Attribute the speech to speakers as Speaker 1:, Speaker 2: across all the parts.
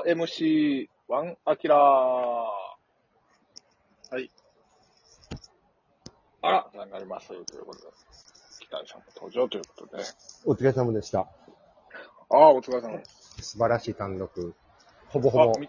Speaker 1: 4MC1 アキラー。はい。あら、なんかありますということで、北井さんも登場ということで。
Speaker 2: お疲れ様でした。
Speaker 1: ああ、お疲れ様です。
Speaker 2: 素晴らしい単独、ほぼ
Speaker 1: あ
Speaker 2: ほぼ
Speaker 1: み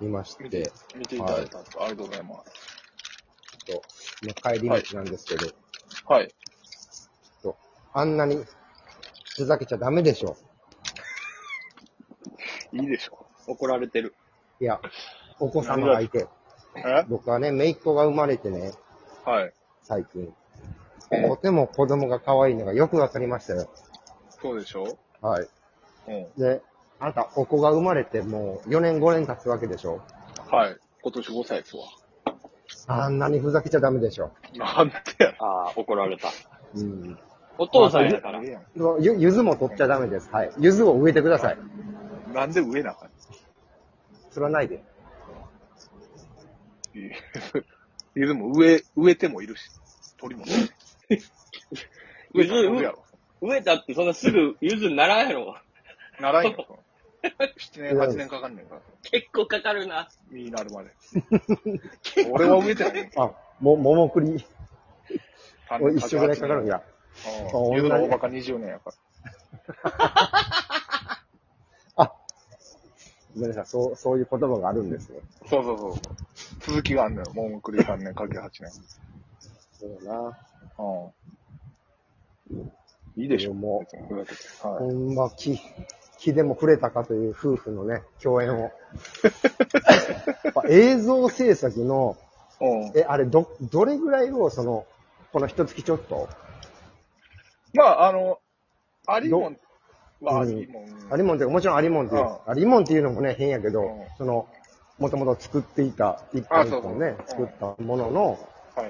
Speaker 2: 見まし
Speaker 1: 見
Speaker 2: て
Speaker 1: て、、見ていただいたんですか、ありがとうございます。
Speaker 2: ちょっと、まあ帰り道なんですけど、
Speaker 1: はい。
Speaker 2: あんなにふざけちゃダメでしょ。
Speaker 1: いいでしょ怒られてる。
Speaker 2: いや、お子様がいて、
Speaker 1: え
Speaker 2: 僕はね、姪っ子が生まれてね、
Speaker 1: はい。
Speaker 2: 最近。とても子供が可愛いのがよくわかりましたよ。
Speaker 1: そうでしょ
Speaker 2: はい。
Speaker 1: うん。
Speaker 2: で、あなた、お子が生まれてもう4年5年経つわけでしょ。
Speaker 1: はい。今年5歳ですわ。
Speaker 2: あんなにふざけちゃダメでしょ。
Speaker 1: なんでや。
Speaker 3: ああ、怒られた。
Speaker 2: うん。
Speaker 3: お父さんやから。
Speaker 2: ゆ、ゆずも取っちゃダメです。はい。ゆずを植えてください。
Speaker 1: なんで上なあかん
Speaker 2: 釣らないで。
Speaker 1: い やいやでも植え、植えてもいるし、鳥もね。植えたら飛ぶやろ。
Speaker 3: 植えたってそんなすぐゆずにならんやろ。
Speaker 1: ならん よ。7年、8年かかんねんから。
Speaker 3: 結構かかるな。
Speaker 1: 実になるまで。 俺は植えてないよ。
Speaker 2: あ、も、桃栗。
Speaker 1: 3
Speaker 2: お一緒ぐらいかかるん。や。
Speaker 1: うん。ゆずの大バカ20年やか
Speaker 2: ごめんなさい、そう、そういう言葉があるんですよ。
Speaker 1: ら。そうそうそうそう。続きがあんのよ。もうくり3年かけ8年。
Speaker 2: そうだな。
Speaker 1: うん。いいでしょ、
Speaker 2: も
Speaker 1: 別に植えててはい
Speaker 2: ほんま、木、木でも触れたかという夫婦のね、共 演を。やっぱ映像制作の、
Speaker 1: うん。
Speaker 2: え、あれ、ど、どれぐらいを、その、この一月ちょっと、
Speaker 1: まあ、あの、ありもんはありもん。
Speaker 2: ありもんっていうか、もちろんありもんっていう、
Speaker 1: う
Speaker 2: ありもんっていうのもね、変やけど、
Speaker 1: うん
Speaker 2: その、もともと作っていた、一
Speaker 1: あそう
Speaker 2: 本一
Speaker 1: そう
Speaker 2: 本ね、
Speaker 1: う
Speaker 2: 作
Speaker 1: ん
Speaker 2: ったものの、
Speaker 1: は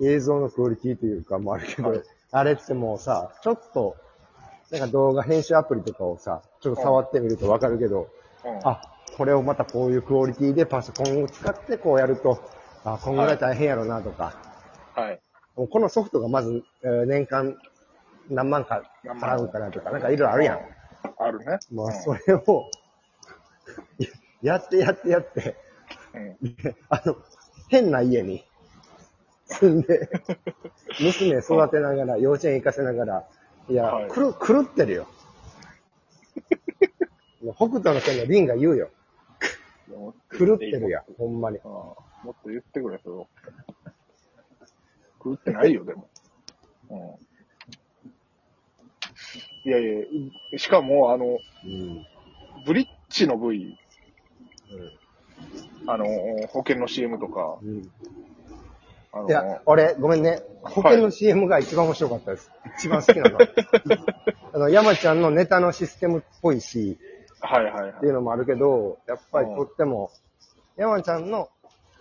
Speaker 1: い。
Speaker 2: 映像のクオリティというかもあるけど、
Speaker 1: はい
Speaker 2: あれってもうさ、ちょっと、なんか動画編集アプリとかをさ、ちょっと触ってみるとわかるけど、
Speaker 1: うん。
Speaker 2: あ、これをまたこういうクオリティでパソコンを使ってこうやると、あ、こんぐらい大変やろなとか、
Speaker 1: はい。
Speaker 2: もうこのソフトがまず、えー年間何万か
Speaker 1: 何万
Speaker 2: 払うからとか、なんかいろいろあるやん。
Speaker 1: あるね。
Speaker 2: まあ、
Speaker 1: うん
Speaker 2: それを、やってやってやって、
Speaker 1: うん
Speaker 2: であの、変な家に住んで、娘育てながら、幼稚園行かせながら、いや、
Speaker 1: はい
Speaker 2: 狂狂ってるよ。もう北斗の拳の凛が言うよ。
Speaker 1: も
Speaker 2: 狂ってるやん、ほんまに。
Speaker 1: うんもっと言ってくれ、それを。狂ってないよ、でも。うん。いやいや、しかも、あの、
Speaker 2: うん。
Speaker 1: ブリッジの V、
Speaker 2: うん
Speaker 1: あの、保険の CM とか、
Speaker 2: うん
Speaker 1: あの
Speaker 2: い、や、俺、ごめんね。保険の CM が一番面白かったです。一番好き なの。あの、山ちゃんのネタのシステムっぽいし、
Speaker 1: はいはい
Speaker 2: っていうのもあるけど、やっぱりとっても、山ちゃんの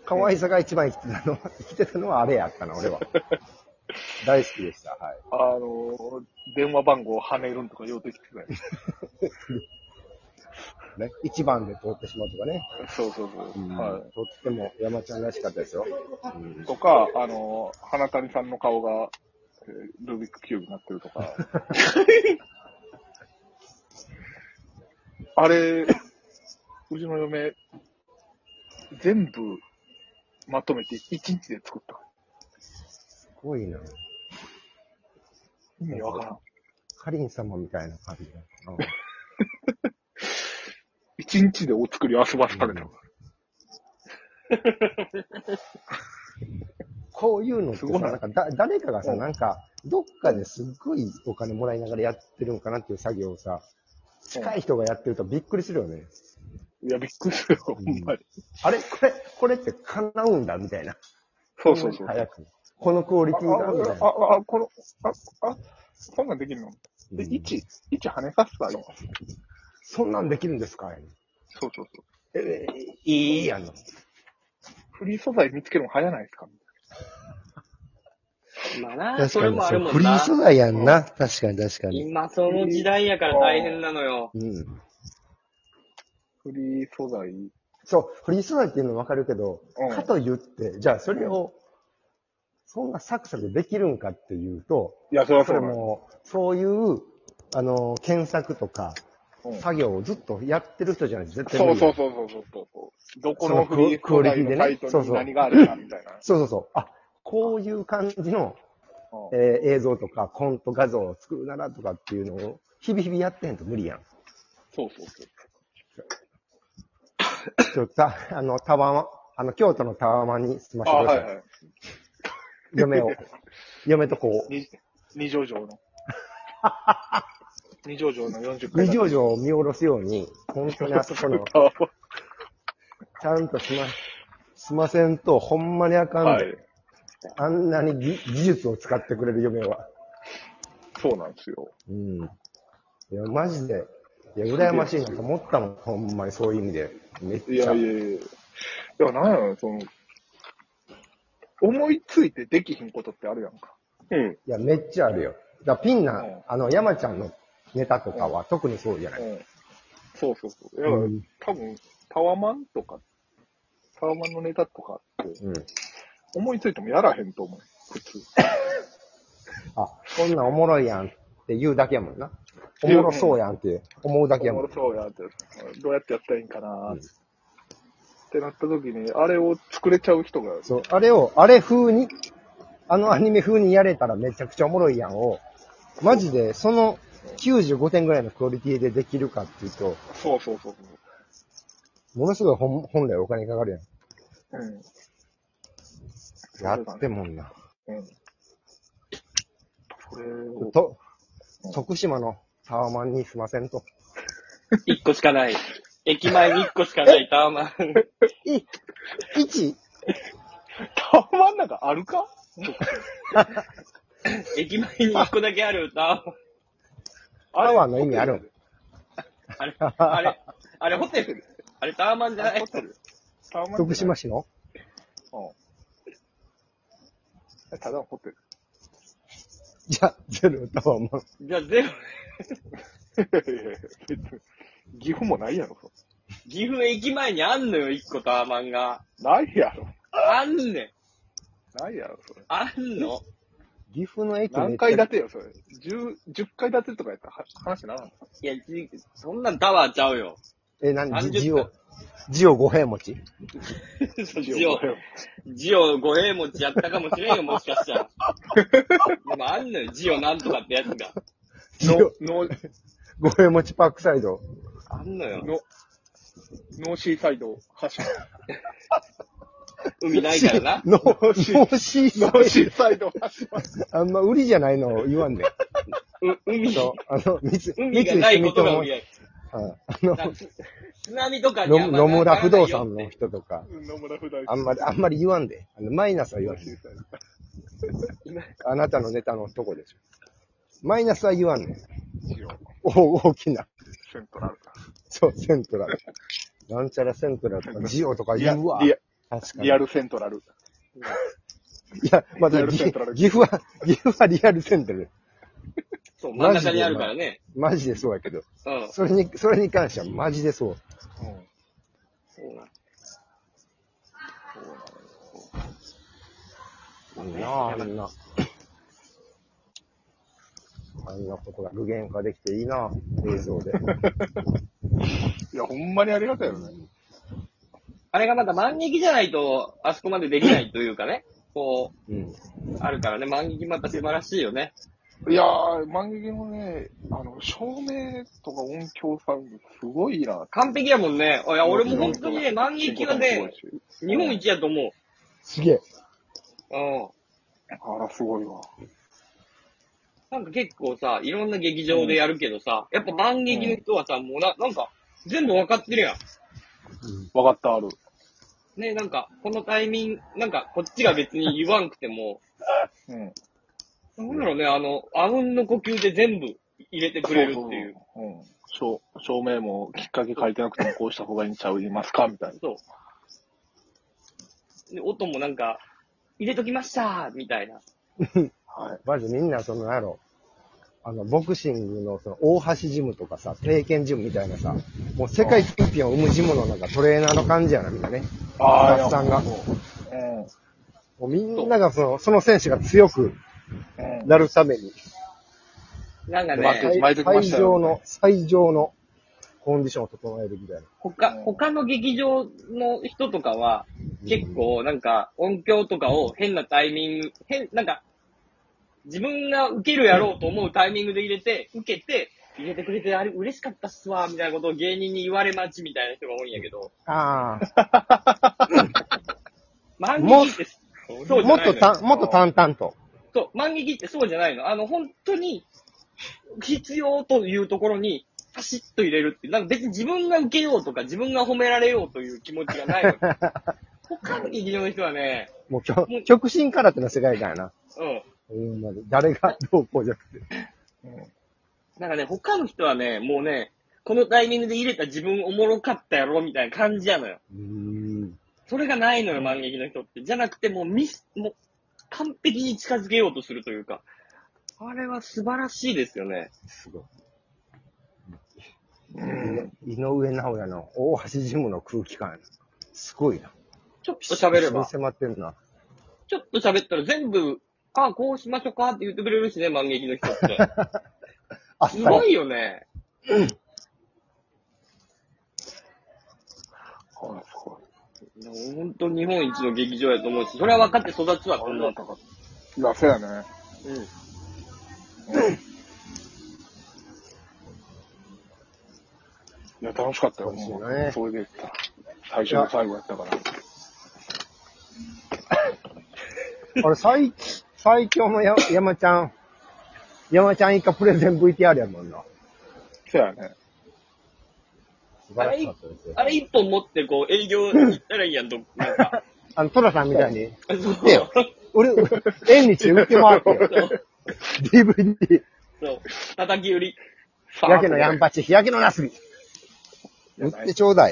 Speaker 2: 可愛さが一番生きてたのは、生きてたのはあれやったな、俺は。大好きでした、はい。
Speaker 1: はい。あの、電話番号を跳ねるんとか言うてきてたよ
Speaker 2: ね、一番で通ってしまうとかね。
Speaker 1: そうそうそう。は
Speaker 2: とっても山ちゃんらしかったですよ。
Speaker 1: い。とか、あの、花谷さんの顔が、えールービックキューブになってると か。あれ、うちの嫁、全部まとめて1日で作った。
Speaker 2: すごいな。
Speaker 1: 意味わからん。
Speaker 2: カリン様みたいな感じだ。うん
Speaker 1: 1日でお作り遊ばされた。
Speaker 2: こういうのって
Speaker 1: す
Speaker 2: さ、
Speaker 1: ごいな
Speaker 2: なんかだ誰かがさ、
Speaker 1: うん
Speaker 2: なんか、どっかですっごいお金もらいながらやってるのかなっていう作業をさ、近い人がやってるとびっくりするよね。
Speaker 1: いや、びっくりするよ、ほんまに。
Speaker 2: あれこれ、これって叶うんだみたいな。
Speaker 1: そうそうそう。
Speaker 2: 早く。このクオリ
Speaker 1: あ、
Speaker 2: ティがあるんだ
Speaker 1: あ、あ、あ、この、あ、あ、そんなんできるので、
Speaker 2: うん
Speaker 1: 1、1跳ねさせたよ。
Speaker 2: そんなんできるんですか
Speaker 1: そうそうそう。
Speaker 2: え、いいやんの。
Speaker 1: フリー素材見つけるの早ないですか
Speaker 3: まあな、それもあるも
Speaker 2: フ
Speaker 3: ん
Speaker 2: リー
Speaker 3: な。
Speaker 2: 素材やんな。確かに確かに。
Speaker 3: 今その時代やから大変なのよ。
Speaker 2: うん。
Speaker 1: フリー素材。
Speaker 2: そう、フリー素材っていうのはわかるけど、
Speaker 1: うん
Speaker 2: かと言って、じゃあそれを、そんなサクサクできるんかっていうと、
Speaker 1: いや、それは
Speaker 2: そ
Speaker 1: そう
Speaker 2: れ
Speaker 1: だ。
Speaker 2: も、そういう、あの、検索とか、
Speaker 1: うん
Speaker 2: 作業をずっとやってる人じゃないと絶対
Speaker 1: そ
Speaker 2: 無
Speaker 1: う
Speaker 2: 理
Speaker 1: そうそうそうそうそう。どこ
Speaker 2: そ
Speaker 1: の
Speaker 2: の
Speaker 1: フリー
Speaker 2: クオリティ
Speaker 1: の
Speaker 2: でね
Speaker 1: サイト
Speaker 2: そう
Speaker 1: に
Speaker 2: そう
Speaker 1: 何があるかみたいな。
Speaker 2: そうそうそう。あ、こういう感じの、
Speaker 1: うん
Speaker 2: えー映像とかコント画像を作るならとかっていうのを、日々日々やってへんと無理 やん。
Speaker 1: そうそうそう。
Speaker 2: ちょっとさ、あの、タワマン、あの、京都のタワマンに住
Speaker 1: あ、
Speaker 2: ましてくだ
Speaker 1: は
Speaker 2: さい。
Speaker 1: いはい。
Speaker 2: 嫁を、嫁とこう、
Speaker 1: 二二条 城の。二条城の40階。
Speaker 2: 二条城を見下ろすように、本当にあそこの、
Speaker 1: 城
Speaker 2: ちゃんとすま、すませんと、ほんまにあかんで、
Speaker 1: はい。
Speaker 2: あんなに技技術を使ってくれる嫁は。
Speaker 1: そうなんですよ。
Speaker 2: うん。いや、マジで、いや、羨ましいなと思ったもん、ほんまにそういう意味で。めっ
Speaker 1: い
Speaker 2: ちゃ。
Speaker 1: やいやいや。でもなんやろ、その、思いついてできひんことってあるやんか。
Speaker 3: うん。
Speaker 2: いや、めっちゃあるよ。だからピン
Speaker 1: う、
Speaker 2: なんあの、山ちゃんのネタとかは特にそうじゃな
Speaker 1: う
Speaker 2: い。
Speaker 1: ん。そうそうそう。だから、
Speaker 2: うん。
Speaker 1: 多分、タワマンとか、タワマンのネタとかって、
Speaker 2: うん。
Speaker 1: 思いついてもやらへんと思う。普通。
Speaker 2: あ、こんなんおもろいやんって言うだけやもんな。おもろそうやんって思うだけやもん。
Speaker 1: そうやって、どうやってやったらいいんかなーって,、ってなった時に、あれを作れちゃう人が、
Speaker 2: そう、あれを、あれ風に、あのアニメ風にやれたらめちゃくちゃおもろいやんを、マジでその95点ぐらいのクオリティでできるかっていうと、
Speaker 1: そうそうそうそ
Speaker 2: ものすごい本本来お金かかる
Speaker 1: う。うん。
Speaker 2: やん。やってもんな。
Speaker 1: うん。それを、
Speaker 2: と、徳島のタワマンにすませんと。
Speaker 3: 一個しかない。駅前に一個しかないタワマン。
Speaker 2: い、一
Speaker 1: たまんなんかある か
Speaker 3: 駅前に一個だけあるタワマン。
Speaker 2: タワーの意味あるん
Speaker 3: あれ、あれ、あれホテル。あれタワマンじゃない
Speaker 1: ホテルタワマンじゃない
Speaker 2: 徳島市の
Speaker 1: うん。ただのホテル。
Speaker 2: じゃ、ゼロタワマン。
Speaker 3: じゃあゼロ。
Speaker 1: いやいや別に岐阜もないやろ、そ
Speaker 3: 岐阜駅前にあんのよ、一個タワマンが。
Speaker 1: うないやろ。
Speaker 3: あんねん。
Speaker 1: ないやろ、それ。
Speaker 3: あんの。
Speaker 2: 岐阜の駅
Speaker 1: 何階建てよ、それ。10、10階建てとかやったらは話にならん。
Speaker 3: いや、じそんなんタワーちゃ うよ。
Speaker 2: え、何
Speaker 3: 30
Speaker 2: ジジオ、ジオ五平餅
Speaker 3: そうジオ、ジオ五平餅やったかもしれんよ、もしかしたら。でもあんのよ、ジオなんとかってやつが。
Speaker 2: ジオ
Speaker 1: ノー、
Speaker 2: 五平餅パークサイド。
Speaker 3: あんのよ。
Speaker 1: ノー、ノーシーサイド、橋。
Speaker 3: 海ないから な。
Speaker 2: ノ
Speaker 1: 脳
Speaker 2: ー
Speaker 1: 死
Speaker 2: シー
Speaker 1: ノ
Speaker 2: サイド
Speaker 1: ーシーサイド、橋。
Speaker 2: あんま売りじゃないのを言わんで。
Speaker 3: う海、
Speaker 2: あの、三つ、
Speaker 3: 海がないことが
Speaker 2: 三
Speaker 3: 売り
Speaker 2: 井
Speaker 3: 上げ。
Speaker 2: 住友あの
Speaker 3: だから津津波とかに
Speaker 2: 野
Speaker 3: はまだ
Speaker 2: 野村不動産
Speaker 3: ならない
Speaker 2: の
Speaker 3: よ
Speaker 2: 人とか、
Speaker 1: 野村不大
Speaker 2: あんまり、あんまり言わんで。あの、マイナスは言わんで。あなたのネタのとこでしょ。マイナスは言わんで。
Speaker 1: ジオ、
Speaker 2: お大きな。
Speaker 1: セントラルか。
Speaker 2: そう、セントラル。なんちゃらセントラルとか、ジオとか
Speaker 1: リア
Speaker 2: 言うわ。
Speaker 1: リ
Speaker 2: 確か
Speaker 1: ア
Speaker 2: に。
Speaker 1: リアルセントラル。
Speaker 2: いや、ま
Speaker 1: リ
Speaker 2: だ
Speaker 1: アル
Speaker 2: 岐
Speaker 1: セントラル
Speaker 2: 岐阜は、岐阜はリアルセントラル。
Speaker 3: そう、真ん中にあるからね。
Speaker 2: マジでそうやけど。
Speaker 3: うん。
Speaker 2: それに、それに関してはマジでそう。
Speaker 1: うん。
Speaker 3: そうなの
Speaker 2: いいなあ、あんな。あんなことが具現化できていいなあ、映像で。
Speaker 1: いや、ほんまにありがたいよね。
Speaker 3: あれがまだ万劇じゃないと、あそこまでできないというかね。こ
Speaker 2: うん。
Speaker 3: う、あるからね。万劇また素晴らしいよね。
Speaker 1: いやー、万劇のね、あの、照明とか音響サウンド、すごいな。
Speaker 3: 完璧やもんね。いや、俺も本当にね、万劇はね、日本一やと思う。
Speaker 2: すげえ。
Speaker 3: うん。
Speaker 1: あら、すごいわ。
Speaker 3: なんか結構さ、いろんな劇場でやるけどさ、やっぱ万劇の人はさ、もうな、なんか、全部わかってるやん。
Speaker 1: わかった、ある。
Speaker 3: ね、なんか、このタイミング、なんか、こっちが別に言わんくても、
Speaker 1: うん。
Speaker 3: なんだろうね、あの、あうんの呼吸で全部入れてくれるっていう。
Speaker 1: そうそう。うん。照照明もきっかけ書いてなくてもこうした方がいいんちゃういますかみたいな。
Speaker 3: そう。で、音もなんか、入れときましたみたいな。
Speaker 1: はい。
Speaker 2: マジみんな、その、なんやろ。あの、ボクシングの、その、大橋ジムとかさ、定見ジムみたいなさ、もう世界チャンピオンを生むジムのなんかトレーナーの感じやな、みんなね。
Speaker 1: あ
Speaker 2: スタッフさんが
Speaker 1: いやうん。
Speaker 2: もうみんながその、その選手が強く
Speaker 1: うん。
Speaker 2: なるために、
Speaker 3: なんか
Speaker 1: まあ
Speaker 3: ね、
Speaker 1: 巻いてきま
Speaker 2: 最
Speaker 1: したよ
Speaker 2: 上の、最上のコンディションを整えるみたいな。
Speaker 3: 他、他の劇場の人とかは、結構なんか音響とかを変なタイミング、変、なんか、自分が受けるやろうと思うタイミングで入れて、受けて、入れてくれてあれ嬉しかったっすわ、みたいなことを芸人に言われ待ちみたいな人が多いんやけど、
Speaker 2: あ
Speaker 3: 万劇って
Speaker 2: あ、
Speaker 3: そうじ
Speaker 2: も
Speaker 3: ゃ
Speaker 2: っ
Speaker 3: な
Speaker 2: と
Speaker 3: いのよ
Speaker 2: た、もっと淡々と。
Speaker 3: そう、万劇ってそうじゃないの。あの、本当に、必要というところに、パシッと入れるって、なんか別に自分が受けようとか、自分が褒められようという気持ちがないの。 他の劇場の人はね、
Speaker 2: もうきょ極真空手の世界観やな。
Speaker 3: う
Speaker 2: ほ
Speaker 3: ん。
Speaker 2: んまに誰がどうこうじゃなくて。
Speaker 3: なんかね、他の人はね、もうね、このタイミングで入れた自分おもろかったやろみたいな感じやのよ。
Speaker 2: うーん。
Speaker 3: それがないのよ、万劇の人って。じゃなくて、もうミス、もう完璧に近づけようとするというか。あれは素晴らしいですよね。
Speaker 2: すごい。
Speaker 1: うん。
Speaker 2: 井上直弥の大橋ジムの空気感やな。すごいな。
Speaker 3: ちょっと喋れ
Speaker 2: それ
Speaker 3: ば。
Speaker 2: 迫ってるな。
Speaker 3: ちょっと喋ったら全部、ああ、こうしましょうかって言ってくれるしね、万劇の人って。
Speaker 2: あっ
Speaker 3: す
Speaker 2: さ
Speaker 3: ご
Speaker 2: り。
Speaker 3: いよね。
Speaker 1: あすご
Speaker 3: 本当日本一の劇場やと思うし、それは分かって育つわ、こんなのとか。
Speaker 1: い。いや、そうやね。
Speaker 3: うん。
Speaker 1: いや、楽しかったよ。
Speaker 2: 楽しいね
Speaker 1: もうそれで言ったら。最初の最後やったから。
Speaker 2: あれ、最、最強のや山ちゃん。山ちゃん以下プレゼン VTR やもんな。
Speaker 1: そうやね。
Speaker 2: 素晴らしかったですよ。
Speaker 3: あれ一本持って、こう、営業行ったらいいやんと、なんか。
Speaker 2: あの、トラさんみたいに、
Speaker 3: そう。
Speaker 2: て よ俺、縁日売って回ってよ。
Speaker 3: そう。
Speaker 2: DVD、
Speaker 3: そう。叩き売り。
Speaker 2: 日焼けのヤンパチ、日焼けのナスビ。売ってちょうだい。